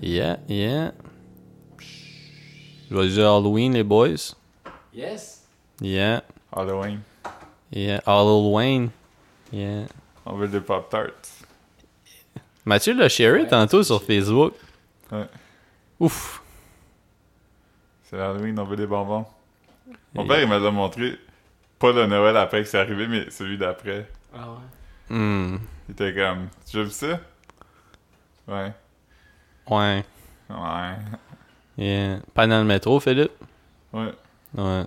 Yeah, yeah. Je vais dire Halloween, les boys. Yes. Yeah, Halloween. yeah. Halloween. Yeah. On veut des Pop-Tarts. Mathieu l'a sharé Ouais, tantôt sur j'ai- Facebook. Ouais. Ouf. C'est l'Halloween, on veut des bonbons. Mon Yeah. père, il me l'a montré. Pas le Noël après que c'est arrivé, mais celui d'après. Ah ouais. Hmm. Il était comme, tu as vu ça? Ouais. Ouais. Ouais. Yeah. Pas dans le métro, Philippe. Ouais. Ouais.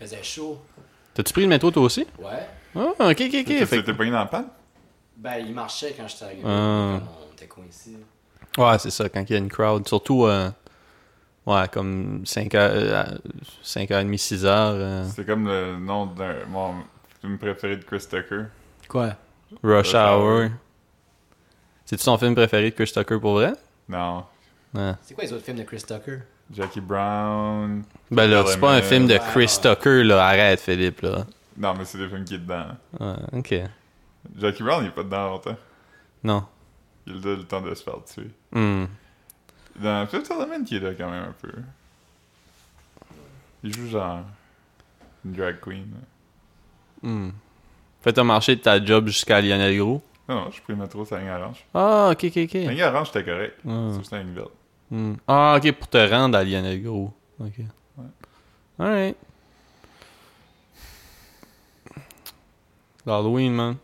Il faisait chaud. T'as-tu pris le métro toi aussi? Ouais. Ah, ok, ok, ok. Tu Fait que- t'es pogné dans la panne? Ben, il marchait quand j'étais arrivé. Ah. On était coincés. Ouais, c'est ça, quand il y a une crowd. Surtout, euh, ouais, comme euh, 5h, 5h30, 6h. euh, C'est comme le nom d'un. Mon film préféré de Chris Tucker. Quoi? rush Rush Hour. Hour. C'est-tu son film préféré de Chris Tucker pour vrai? Non. Ouais. C'est quoi les autres films de Chris Tucker? Jackie Brown. Ben là, c'est pas un Vraiment. film de Ouais, Chris ouais. Tucker, là. Arrête, Philippe, là. Non, mais c'est des films qui est dedans. Ouais, ok. Jackie Brown, il est pas dedans longtemps. Non. Il a le temps de se faire tuer. Hmm. Dans Fifth Element, il est là quand même un peu. Il joue genre. Une drag queen. Hmm. Fais-toi marcher de ta job jusqu'à Lionel Gros. Non, non, j'ai pris le métro, c'est la ligne orange. Ah, ok, ok, La ok. ligne orange, c'était correct. Ah. C'est juste la ligne verte. Hmm. Ah, ok, pour te rendre à Lionel Gros. Ok. Ouais. Alright. L'Halloween, man.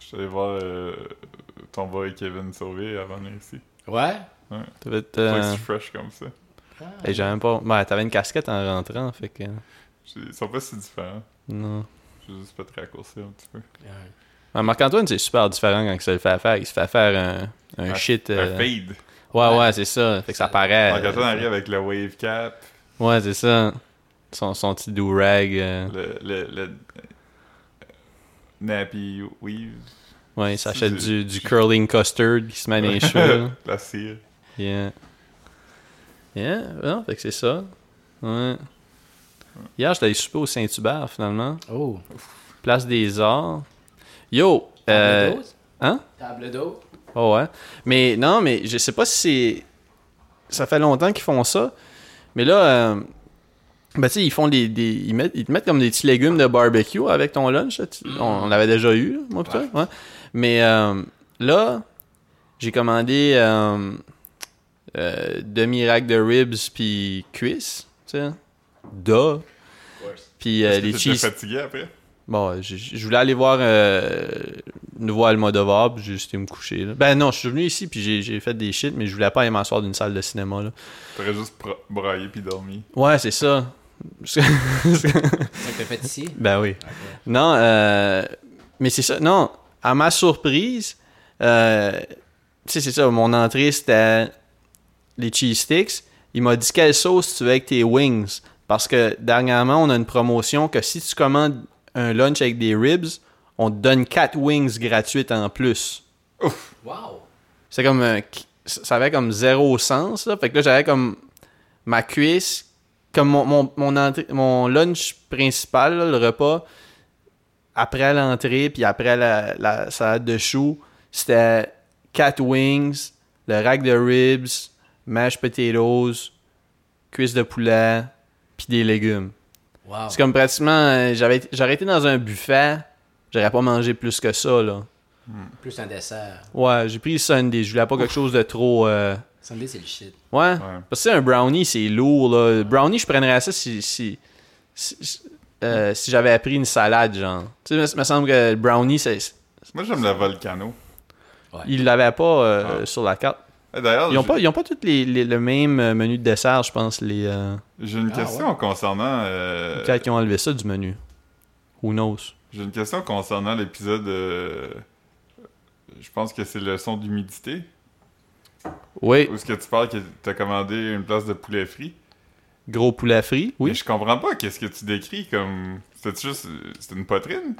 Je suis allé voir euh, ton boy Kevin Sauvé avant de venir ici. Ouais? T'avais. Je euh, crois que c'est fresh comme ça. Ah. hey, j'avais même pas. Ben, t'avais une casquette en rentrant, fait que. J'ai- Ils sont pas si différents. Non. J'ai juste peut-être raccourci un petit peu. Ouais. Ben, Marc-Antoine, c'est super différent quand il se le fait faire. Il se fait faire un, un Un- shit. euh, Un fade. Ouais, ouais, c'est ça. Fait que ça paraît. Quand euh, on arrive avec le wave cap, ouais, c'est ça. Son, son petit do-rag. euh, le, le, le euh, nappy weave, Ouais, il s'achète C'est- du, du curling custard qui se met dans les cheveux. là. la cire. Yeah. Yeah, non, fait que c'est ça. Ouais. Hier, j'étais allé souper au Saint-Hubert, finalement. Oh. Place des Arts. Yo! Euh, Table d'hôte? hein? Table d'hôte? Oh ouais. Mais non, mais je sais pas si c'est... Ça fait longtemps qu'ils font ça. Mais là, euh, ben tu sais, ils font des... des- ils, mettent, ils te mettent comme des petits légumes de barbecue avec ton lunch. là. Tu- On, on l'avait déjà eu, là, moi pis toi, ouais. Mais euh, là, j'ai commandé euh, euh, demi-rack de ribs puis cuisses, tu sais. Da. Puis euh, Est-ce que les t'étais cheese... fatigué après? Bon, je, je- je voulais aller voir euh, nouveau Almodovar, puis j'ai juste été me coucher. là. Ben non, je suis venu ici, puis j'ai- j'ai fait des shit, mais je voulais pas aller m'asseoir d'une salle de cinéma. Là. T'aurais juste pro- braillé puis dormi. Ouais, c'est ça. C'est ça que t'as fait ici? ben oui. Non, euh, mais c'est ça. Non, à ma surprise, euh, tu sais, c'est ça, mon entrée, c'était les cheese sticks. Il m'a dit quelle sauce tu veux avec tes wings. Parce que dernièrement, on a une promotion que si tu commandes un lunch avec des ribs, on te donne 4 wings gratuites en plus. Wow! C'est comme un- ça avait comme zéro sens là. Fait que là j'avais comme ma cuisse comme mon mon mon, entrée- mon lunch principal, là, le repas après l'entrée puis après la, la salade de choux, c'était cat wings, le rack de ribs, mashed potatoes, cuisse de poulet puis des légumes. Wow! C'est comme pratiquement euh, j'avais j'aurais été dans un buffet, j'aurais pas mangé plus que ça là. Plus un dessert. Ouais, j'ai pris le Sunday, je voulais pas quelque chose de trop euh, Sunday, c'est le shit. Ouais. Ouais. Parce que un brownie, c'est lourd. Là. Brownie, je prendrais ça si, si, si, si- euh, si j'avais appris une salade, genre. Tu sais, il me semble que le brownie, c'est, Moi, j'aime le volcano. ils l'avaient pas euh, Ah. sur la carte. Eh, D'ailleurs, Ils ont j'ai- pas, ils ont pas tous les, les- le même euh, menu de dessert, je pense, les euh, j'ai une Ah, question concernant... euh, peut-être qu'ils ont enlevé ça du menu. Who knows? J'ai une question concernant l'épisode... euh, Je pense que c'est le son d'humidité. Oui, Où est-ce que tu parles que t'as commandé une place de poulet frit? gros poulet frit, oui. Mais je comprends pas qu'est-ce que tu décris comme. C'était juste. C'était une poitrine?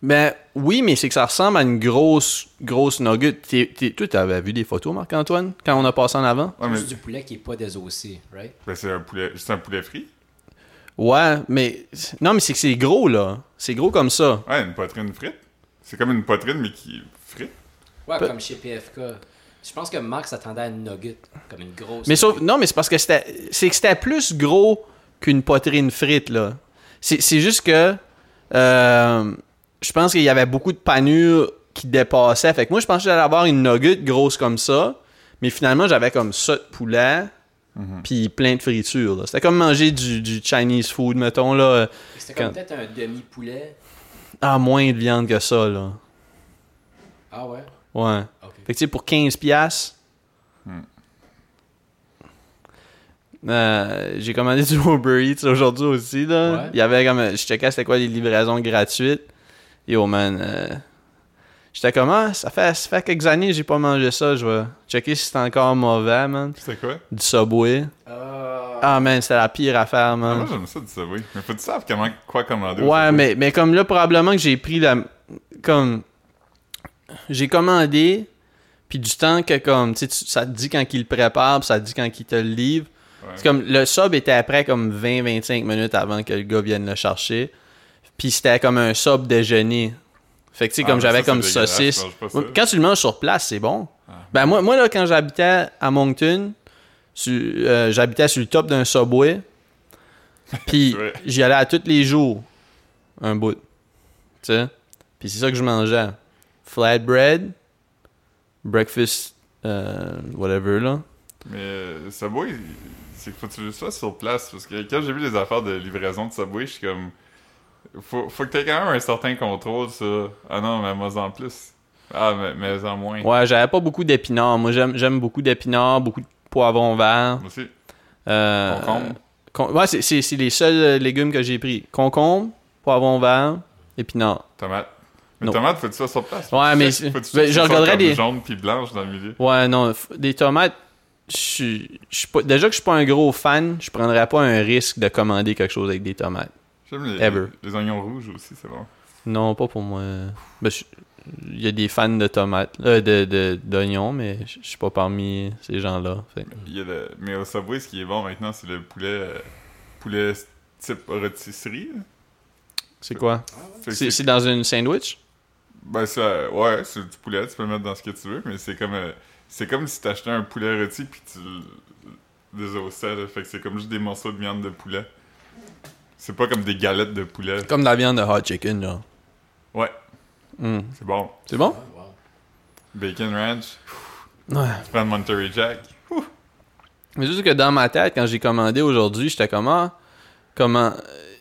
Ben oui, mais c'est que ça ressemble à une grosse, grosse nugget. T'es- t'es- toi, t'avais vu des photos, Marc-Antoine, quand on a passé en avant? Ouais, mais. Juste du poulet qui est pas désossé, right? ben, c'est un poulet. C'est un poulet frit? Ouais, mais... Non, mais c'est que c'est gros, là. C'est gros comme ça. Ouais, une poitrine frite. C'est comme une poitrine, mais qui. frite? Ouais, Pe- comme chez PFK. Je pense que Marc s'attendait à une nugget, comme une grosse. Mais sauf, nugget. non, mais c'est parce que c'était, c'est que c'était plus gros qu'une poitrine frite, là. C'est, c'est juste que, euh, je pense qu'il y avait beaucoup de panures qui dépassaient. Fait que moi, je pensais que j'allais avoir une nugget grosse comme ça. Mais finalement, j'avais comme ça de poulet, puis plein de fritures, là. C'était comme manger du, du Chinese food, mettons, là. euh, C'était comme quand- peut-être un demi-poulet. Ah, moins de viande que ça, là. Ah ouais? Ouais. Ok. Fait que tu sais, pour 15 piastres, euh, j'ai commandé du Uber Eats aujourd'hui aussi, là. Ouais. Il y avait comme... Je checkais c'était quoi les livraisons gratuites. Yo, man... euh, J'étais comme, ah, ça fait, ça fait quelques années que j'ai pas mangé ça. Je vais checker si c'est encore mauvais, man. C'était quoi? Du Subway. Ah. Ah, man, c'est la pire affaire, Ah, man. moi, j'aime ça du Subway. Mais faut que tu saves comment, quoi commander. au Hein. Ouais, mais, Subway. mais comme là, probablement que j'ai pris la. Comme. J'ai commandé, puis du temps que, comme, tu sais, tu- ça te dit quand il le prépare, puis ça te dit quand il te le livre. Ouais. C'est comme, le sub était après comme 20-25 minutes avant que le gars vienne le chercher. Puis c'était comme un sub déjeuner. Fait que, tu sais, Ah, comme mais j'avais ça, comme c'est dégueulasse, saucisse. mange pas ça. Ah. Ouais, Quand tu le manges sur place, c'est bon. Ben, moi, moi, là, quand j'habitais à Moncton, sur- euh, j'habitais sur le top d'un subway. Puis C'est vrai. j'y allais à tous les jours. Un bout. Tu sais? Puis c'est ça que je mangeais. Flatbread, breakfast, euh, whatever, là. Mais euh, Subway, c'est qu'il faut que tu le fasses sur place. Parce que quand j'ai vu les affaires de livraison de Subway, je suis comme. Faut, faut que t'aies quand même un certain contrôle sur. Ah non, mais moi en plus. Ah, mais, mais en moins. Ouais, j'avais pas beaucoup d'épinards. Moi, j'aime, j'aime beaucoup d'épinards, beaucoup de poivrons verts. Moi aussi. Euh, Concombre. con- ouais, c'est, c'est- c'est les seuls euh, légumes que j'ai pris. Concombre, poivrons verts, épinards. Tomate. Mais Non. tomate, faut que tu sois sur place. Ouais, mais Faut que tu- ben, je tu sois regarderais comme des. jaune puis blanche dans le milieu. Ouais, non, f- des tomates. Je suis je suis pas- déjà que je suis pas un gros fan, je prendrais pas un risque de commander quelque chose avec des tomates. J'aime les, Ever. Mm. les oignons rouges aussi, c'est bon. Non, pas pour moi. Ben, je- il y a des fans de tomates, euh, de, de- d'oignons, mais je je suis pas parmi ces gens-là. Fait que- Il y a le- Mais au Subway, ce qui est bon maintenant, c'est le poulet. euh, poulet type rôtisserie. là. C'est quoi? Fait que C'est, c'est dans une sandwich? Ben, ça, ouais, c'est du poulet, tu peux le mettre dans ce que tu veux, mais c'est comme, euh, c'est comme si t'achetais un poulet rôti puis tu le- les ossais, là. Fait que c'est comme juste des morceaux de viande de poulet. C'est pas comme des galettes de poulet. Comme de la viande de hot chicken, là. Ouais, Mm. c'est bon. C'est bon? Ah, wow. Bacon Ranch, Ouais. tu prends le Monterey Jack. Mais c'est juste que dans ma tête, quand j'ai commandé aujourd'hui, j'étais comme ah, comment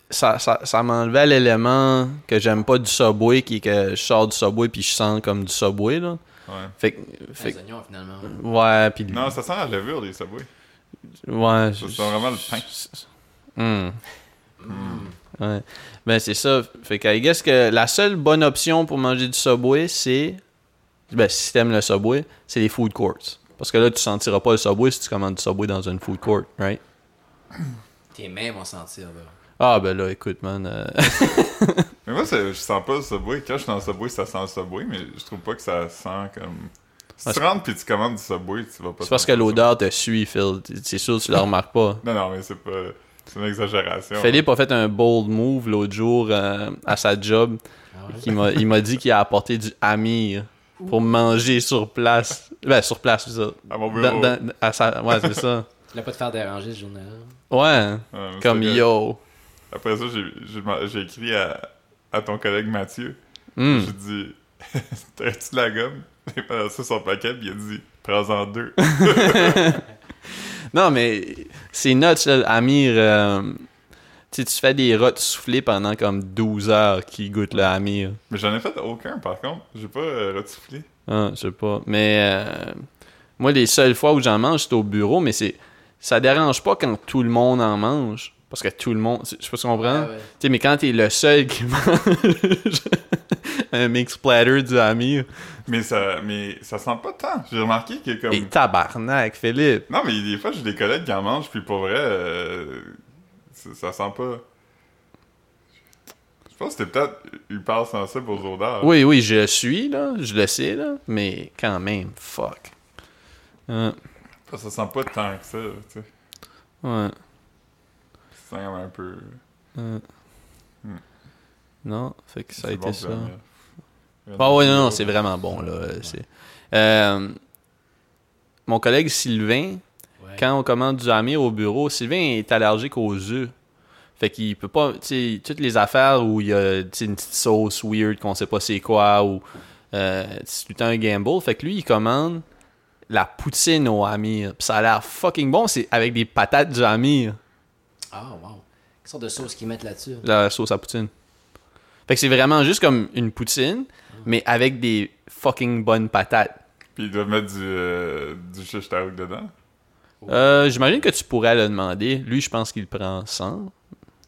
ça, ça, ça m'enlevait l'élément que j'aime pas du Subway, qui est que je sors du Subway puis je sens comme du Subway là. Ouais. Fait que, fait Les que- oignons, finalement. ouais puis Non, ça sent la levure des Subway. ouais. Ça je- sent vraiment Hmm. le pain. Hmm. Ouais. Ben c'est ça. Fait que I guess que la seule bonne option pour manger du Subway, c'est ben si t'aimes le Subway, c'est les food courts. Parce que là, tu sentiras pas le Subway si tu commandes du Subway dans une food court, right? Tes mains vont sentir, là. Ah ben là, écoute man. euh, Mais moi, c'est- je sens pas le Subway. Quand je suis dans le Subway, ça sent le Subway, mais je trouve pas que ça sent comme... Si Ah, tu rentres puis tu commandes du Subway, tu vas pas... C'est parce que sentir le l'odeur te suit, Phil. T- C'est sûr, tu la remarques pas. Subway. Non, non, mais c'est pas... C'est une exagération. Philippe a fait un bold move l'autre jour euh, à sa job. Ah ouais? Il m'a, il m'a dit qu'il a apporté du Amir pour manger sur place. Ben, sur place, c'est ça. À mon bureau. Dans- dans- à sa- ouais, c'est ça. Tu voulais pas te faire déranger ce journée-là. Ouais. Ouais, Ah, mais Comme c'est vrai. yo. Après ça, j'ai- j'ai demandé- j'ai écrit à, à ton collègue Mathieu. Hmm. J'ai dit T'as-tu de la gomme Il m'a lancé son paquet, puis il a dit Prends-en deux. Non, mais c'est nuts, là, le Amir. euh, tu sais, tu fais des rotes soufflées pendant comme 12 heures qui goûtent le Amir. Mais j'en ai fait aucun, par contre. J'ai pas euh, retoufflé. Ah, je sais pas. Mais euh, moi, les seules fois où j'en mange, c'est au bureau, mais c'est ça dérange pas quand tout le monde en mange. Parce que tout le monde. Je sais pas si tu comprends. Ah ouais. Tu sais, mais quand t'es le seul qui mange un mix platter du ami. Mais ça, mais ça sent pas tant. J'ai remarqué que comme. Et tabarnak, Philippe. Non, mais des fois, j'ai des collègues qui en mangent, puis pour vrai, euh, ça, ça sent pas. Je pense que c'était peut-être. Ils parlent sensible aux odeurs. Oui, oui, je suis, là. Je le sais, là. Mais quand même, fuck. Hein, Ça sent pas tant que ça, tu sais. ouais. Ça sent quand même un peu. hein. Hmm. Non, fait que ça a C'est été bon ben, ça. pour la merde. Ah ouais, non, non, c'est vraiment bon, là. euh, c'est- Euh, mon collègue Sylvain, Ouais. quand on commande du hamir au bureau, Sylvain est allergique aux œufs. Fait qu'il peut pas, tu sais, toutes les affaires où il y a tu sais, une petite sauce weird qu'on sait pas c'est quoi ou euh, c'est tout le temps un gamble. Fait que lui, il commande la poutine au hamir. Pis ça a l'air fucking bon, c'est avec des patates du hamir, Ah, wow. Quelle sorte de sauce qu'ils mettent là-dessus? la sauce à poutine. Fait que c'est vraiment juste comme une poutine, mais avec des fucking bonnes patates. Puis ils doivent mettre du, euh, du shish taouk dedans. Euh, J'imagine que tu pourrais le demander. Lui, je pense qu'il le prend sans.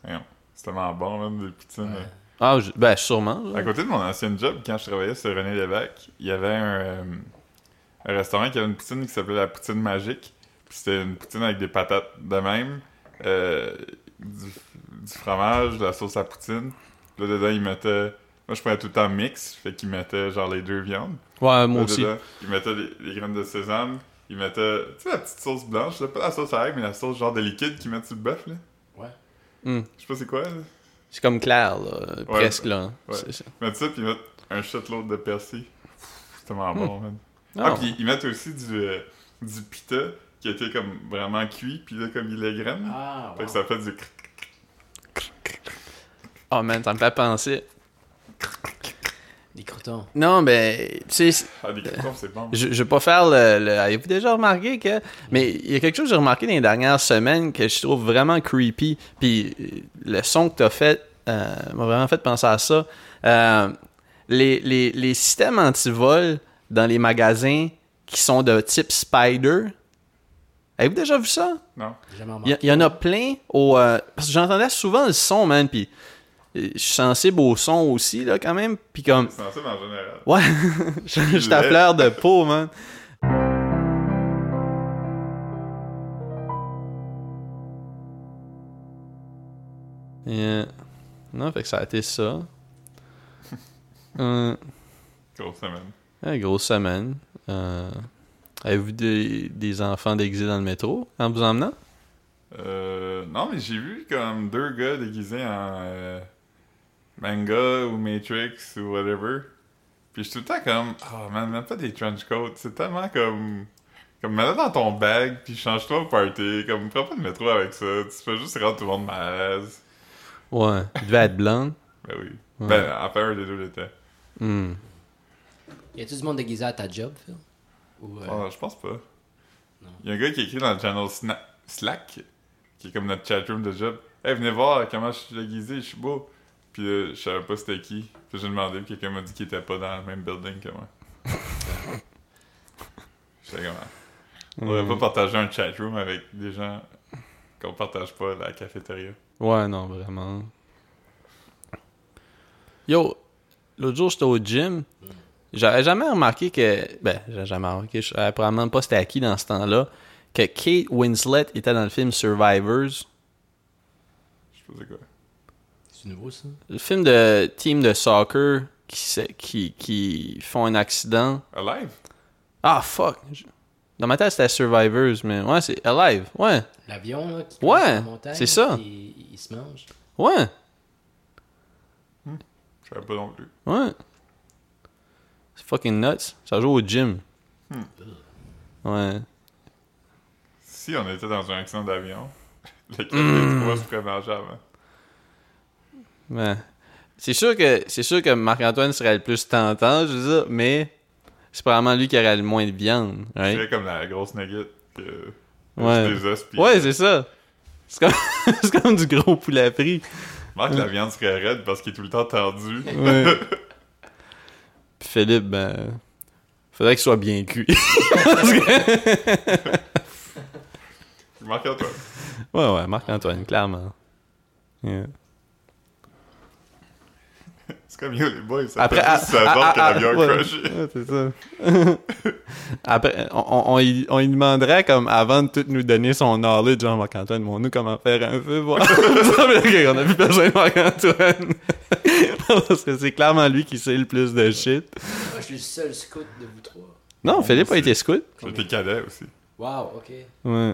Voyons, C'est tellement bon, même, des poutines. Ouais. Ah, je- ben sûrement. là. À côté de mon ancien job, quand je travaillais sur René Lévesque, il y avait un, euh, un restaurant qui avait une poutine qui s'appelait la poutine magique. Puis c'était une poutine avec des patates de même, euh, du, du fromage, de la sauce à poutine. Là, dedans, ils mettaient. Moi, je prenais tout le temps mix, fait qu'ils mettaient genre les deux viandes. Ouais, moi Là, aussi. dedans, Ils mettaient des, des graines de sésame, ils mettaient. Tu sais, la petite sauce blanche, là, pas la sauce à ail, mais la sauce genre de liquide qu'ils mettent sur le bœuf, là. Ouais. Hmm. Je sais pas c'est quoi, là. C'est comme clair, là, presque là. ouais. C'est ça. Ils mettent ça, puis ils mettent un shitload de persil. Pff, C'est tellement bon, man. Ah, Ah, puis ils mettent aussi du, euh, du pita qui a été comme vraiment cuit, puis là, comme il est graine. Ah, Fait wow. que ça fait du cric. oh, man, ça me fait penser. Des croutons. Non, ben, tu sais, Ah, des crotons, c'est bon. je, je vais pas faire le. le- Avez-vous déjà remarqué que. Mais il y a quelque chose que j'ai remarqué dans les dernières semaines que je trouve vraiment creepy. Puis euh, le son que t'as fait euh, m'a vraiment fait penser à ça. Euh, les, les, les systèmes anti-vol dans les magasins qui sont de type Spider. Avez-vous déjà vu ça? Non. J'ai Jamais en Il y, a- il y en a plein au. euh, parce que j'entendais souvent le son, man, puis euh, je suis sensible au son aussi, là, quand même. Puis comme. C'est sensible en général. Ouais, je je suis à Laid. fleur de peau, man. Yeah. Non, fait que ça a été ça. Euh, Grosse semaine. ouais, grosse semaine. Euh, Avez-vous des, des enfants déguisés dans le métro en vous emmenant? Euh, non, mais j'ai vu comme deux gars déguisés en euh, manga ou Matrix ou whatever. Puis je suis tout le temps comme, oh man, même pas des trench coats. C'est tellement comme. Comme mets-le dans ton bag, puis change-toi au party. Comme, prends pas de métro avec ça. Tu fais juste rendre tout le monde mal à l'aise. Ouais, il devait être blanc. Ben oui. Ouais. Ben, enfin, un des deux l'était. Hmm. Y a-tu du monde déguisé à ta job, Phil? Ou, euh, Ah, je pense pas. Non. Il y a un gars qui écrit dans le channel Sna- Slack, qui est comme notre chatroom de job. Hey, venez voir comment je suis déguisé, je suis beau. Puis là, je savais pas c'était qui. Puis j'ai demandé, puis quelqu'un m'a dit qu'il était pas dans le même building que moi. J'étais comme. ah. On devrait pas partager un chatroom avec des gens qu'on partage pas à la cafétéria. Ouais, non, vraiment. Yo, l'autre jour, j'étais au gym. J'avais jamais remarqué que. Ben, j'avais jamais remarqué. Je savais probablement pas c'était à qui dans ce temps-là. Que Kate Winslet était dans le film Survivors. Je sais pas c'est quoi. C'est nouveau, ça? Le film de team de soccer qui, se- qui, qui font un accident. Alive? Ah, fuck. Je- Dans ma tête, c'était Survivors, mais ouais, c'est Alive. Ouais, L'avion, là, qui Ouais, passe sur la montagne, c'est ça. puis Il, il se mange. ouais, Je savais pas non plus. ouais. C'est fucking nuts. Ça joue au gym. Ouais. Si on était dans un accident d'avion, le café 3 se ferait manger avant. Ouais. C'est sûr que c'est sûr que Marc-Antoine serait le plus tentant, je veux dire, mais c'est probablement lui qui aurait le moins de viande, C'est right? comme la grosse nugget que Ouais. juste des os, puis- euh, Ouais, c'est ça. C'est comme, c'est comme du gros poulet frit. Marc, la viande serait raide parce qu'il est tout le temps tendu. Ouais. Puis Philippe, ben. Faudrait qu'il soit bien cuit. Marc Antoine. ouais, ouais, Marc-Antoine, clairement. Yeah. C'est comme yo les boys, ça Après, Après, à- fait juste sa à- barbe que à- à- la viande ouais, crushée. ouais, c'est ça. Après, on, on, on y, on y demanderait, comme, avant de tout nous donner son knowledge, hein, genre, Marc-Antoine, montre-nous comment faire un feu, voir. Ok, on a plus besoin de Marc-Antoine. Parce que c'est clairement lui qui sait le plus de shit. Moi, je suis le seul scout de vous trois. Non, Non, Philippe a c'est- été scout. J'étais cadet aussi. Wow, OK. Ouais.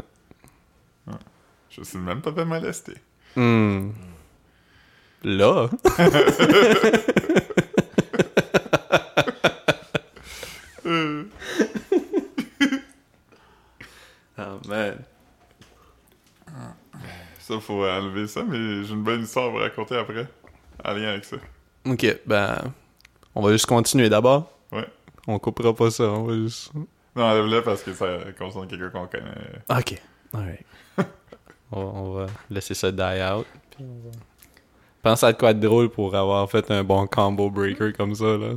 Je suis même pas fait molesté. Hmm. Là. Oh, Ça, faut enlever ça, mais j'ai une bonne histoire à vous raconter après. En lien avec ça. Ok, ben. On va juste continuer d'abord. Ouais. On coupera pas ça, on va juste. Non, enlève-le parce que ça concerne quelqu'un qu'on connaît. Ok, alright. on, on va laisser ça die out. puis on va- Pense à de quoi de drôle pour avoir fait un bon combo breaker comme ça, là.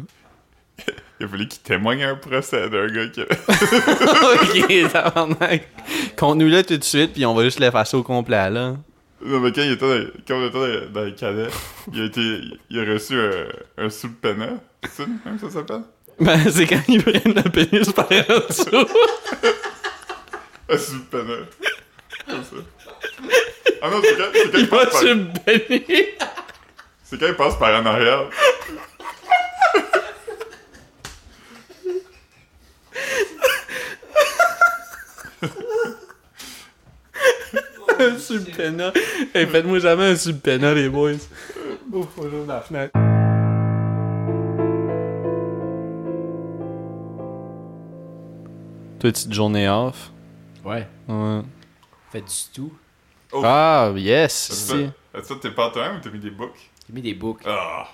Il a fallu qu'il témoigne à un procès d'un gars qui. ok, tabarnak. Conte-nous-le tout de suite, puis on va juste l'effacer au complet, là. Non, mais quand, il était dans, quand on était dans, dans le cadet, il a, été, il a reçu un, un subpoena. C'est ça même ça s'appelle? Ben, c'est quand ils prennent le pénis par en dessous. Un subpoena. Comme ça. Ah non, c'est quand, c'est quand Il il va passe par, se baigner. c'est quand il passe par en arrière. un subpena. Hey, faites-moi jamais un subpena, les boys. Ouf, bonjour la fenêtre. Petite journée off. Ouais. Ouais. Fait du tout. Oh. Ah, yes! As-tu si. as-tu fait tes pâtes toi-même ou t'as mis des boucs? J'ai mis des boucles. Ah!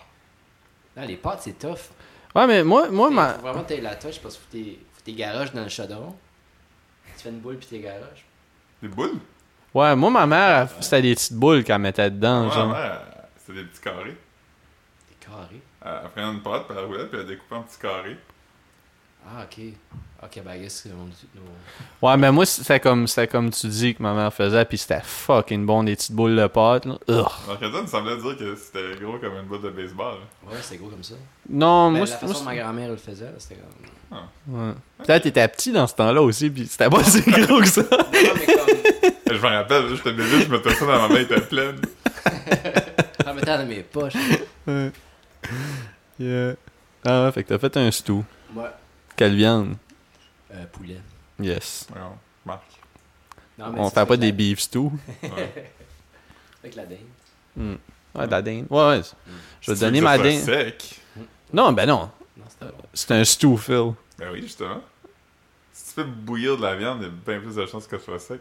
Non, les pâtes, c'est tough. Ouais, mais moi, moi Faut ma... Vraiment, t'es la touche parce que faut t'es- faut tes garoches dans le chaudron. Tu fais une boule puis tes garoches. Des boules? ouais, moi, ma mère, elle- c'était des petites boules qu'elle mettait dedans. Ouais, genre. ma mère, elle- c'était des petits carrés. T'es carré. Elle, elle prenait une pâte, puis elle roulait, puis elle découpait en petits carrés. Ah, ok. Ok, bah, guess c'est mon. nos- Ouais, mais moi, c'était comme, c'était comme tu dis que ma mère faisait, puis c'était fucking bon, des petites boules de pâte. Là. Ugh. Donc, ça me semblait dire que c'était gros comme une boule de baseball. là. Ouais, c'est gros comme ça. Non, Ben, moi, la c'est- façon moi, dont c'est- ma grand-mère le faisait, là, c'était comme. Ouais. Peut-être t'étais petit dans ce temps-là aussi, puis c'était pas si gros que ça. Non, mais comme. Je me rappelle, j'étais bébé, je mettais ça dans ma main, elle était pleine. En mettant Ah, dans mes poches. Yeah. Ah ouais, fait que t'as fait un stew. Moi, Quelle viande? euh, poulet. Yes. Voyons, Marc. Non, mais On c'est fait ça, pas avec des la- beef stew. Avec la dinde. Ouais, de la dinde. Ouais, ouais. Je vais te Tu veux donner que ma ça soit dinde. sec. Non, ben non. Non, c'était bon. C'est un stew, Phil. Ben oui, justement. Si tu fais bouillir de la viande, il y a bien plus de chances que ce soit sec.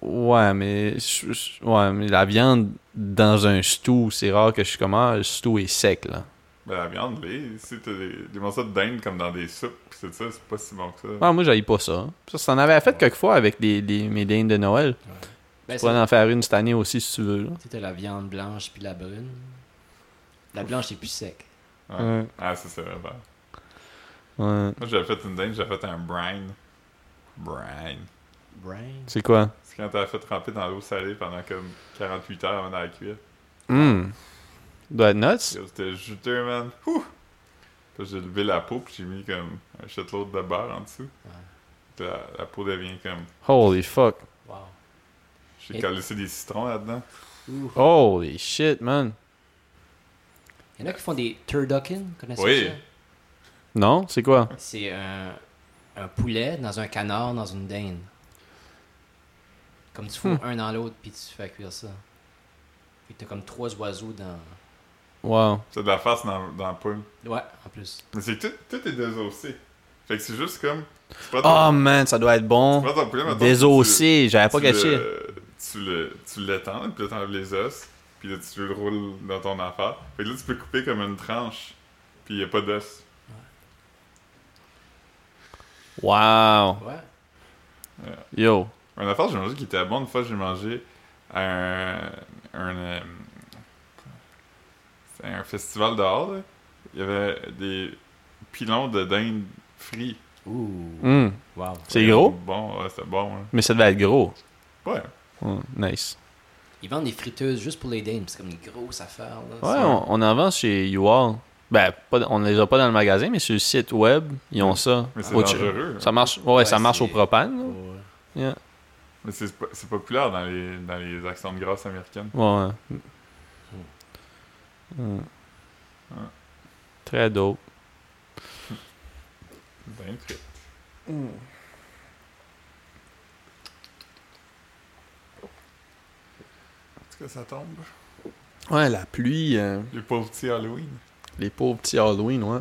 Ouais, mais... je- je- Ouais, mais la viande dans un stew, c'est rare que je suis comme... Ah, le stew est sec, là. Ben la viande, les, si t'as des, des morceaux de dinde comme dans des soupes, pis c'est ça, c'est pas si bon que ça. Ah, moi, j'aille pas ça. Ça, ça en avait fait quelquefois avec les, les- mes dindes de Noël. Ben, Tu pourrais en faire une cette année aussi, si tu veux, là. C'était la viande blanche puis la brune. La blanche est plus sec. Ouais. Ouais. Ah, ça c'est vrai. ben. Ouais. Moi j'avais fait une dinde, j'avais fait un brine. Brine. Brain. C'est quoi? C'est quand t'as fait tremper dans l'eau salée pendant comme 48 heures avant de la cuire. Hum. Doit être nuts. Yo, C'était juteux, man. Ouh! Puis j'ai levé la peau pis j'ai mis comme un shitload de beurre en dessous. Puis La, la peau devient comme. Holy fuck. Wow. J'ai Et- collé des citrons là-dedans. Ouh. Holy shit, man. Il y en a qui font des turducken, connaissez Oui. Non, c'est quoi? ça? C'est un, un poulet dans un canard dans une dinde. Comme tu fous un dans l'autre puis tu fais cuire ça. Puis t'as comme trois oiseaux dans. Wow. C'est de la face dans, dans le poule. Ouais, en plus. Mais c'est que tout, tout est désossé. Fait que c'est juste comme. Tu prends ton, Oh man, ça doit être Ah, tu bon. prends ton poulet, mettons, Désossé, j'avais tu- pas tu caché. le- Tu le- tu l'étends, puis là t'enlèves les os, puis là tu le roules dans ton affaire. Fait que là tu peux couper comme une tranche, puis y a pas d'os. Wow. Ouais. Yo. Un affaire, j'ai mangé qui était bon. Une fois, j'ai mangé à un. un euh, c'était un festival dehors, là. Il y avait des pilons de dinde frits. Ouh. Hum. Wow. C'est gros, Bon, ouais, c'était bon, hein. mais ça devait être gros. Ouais. Hum, Nice. Ils vendent des friteuses juste pour les dindes. C'est comme une grosse affaire. Là, Ouais, on, on en vend chez UR. Ben, pas, dans- on les a pas dans le magasin, mais sur le site web, ils ont ça. Mais c'est Au- dangereux. Ah, hein. Ça marche, ouais, Ouais, ça marche c'est- au propane. Ouais. là. Yeah. Mais c'est po- c'est populaire dans les, dans les actions de grâce américaines. Ouais. ouais. Hum. Très dope. Dinde frite. En tout cas, ça tombe. Ouais, la pluie, euh, Les pauvres petits Halloween. les pauvres petits Halloween, ouais.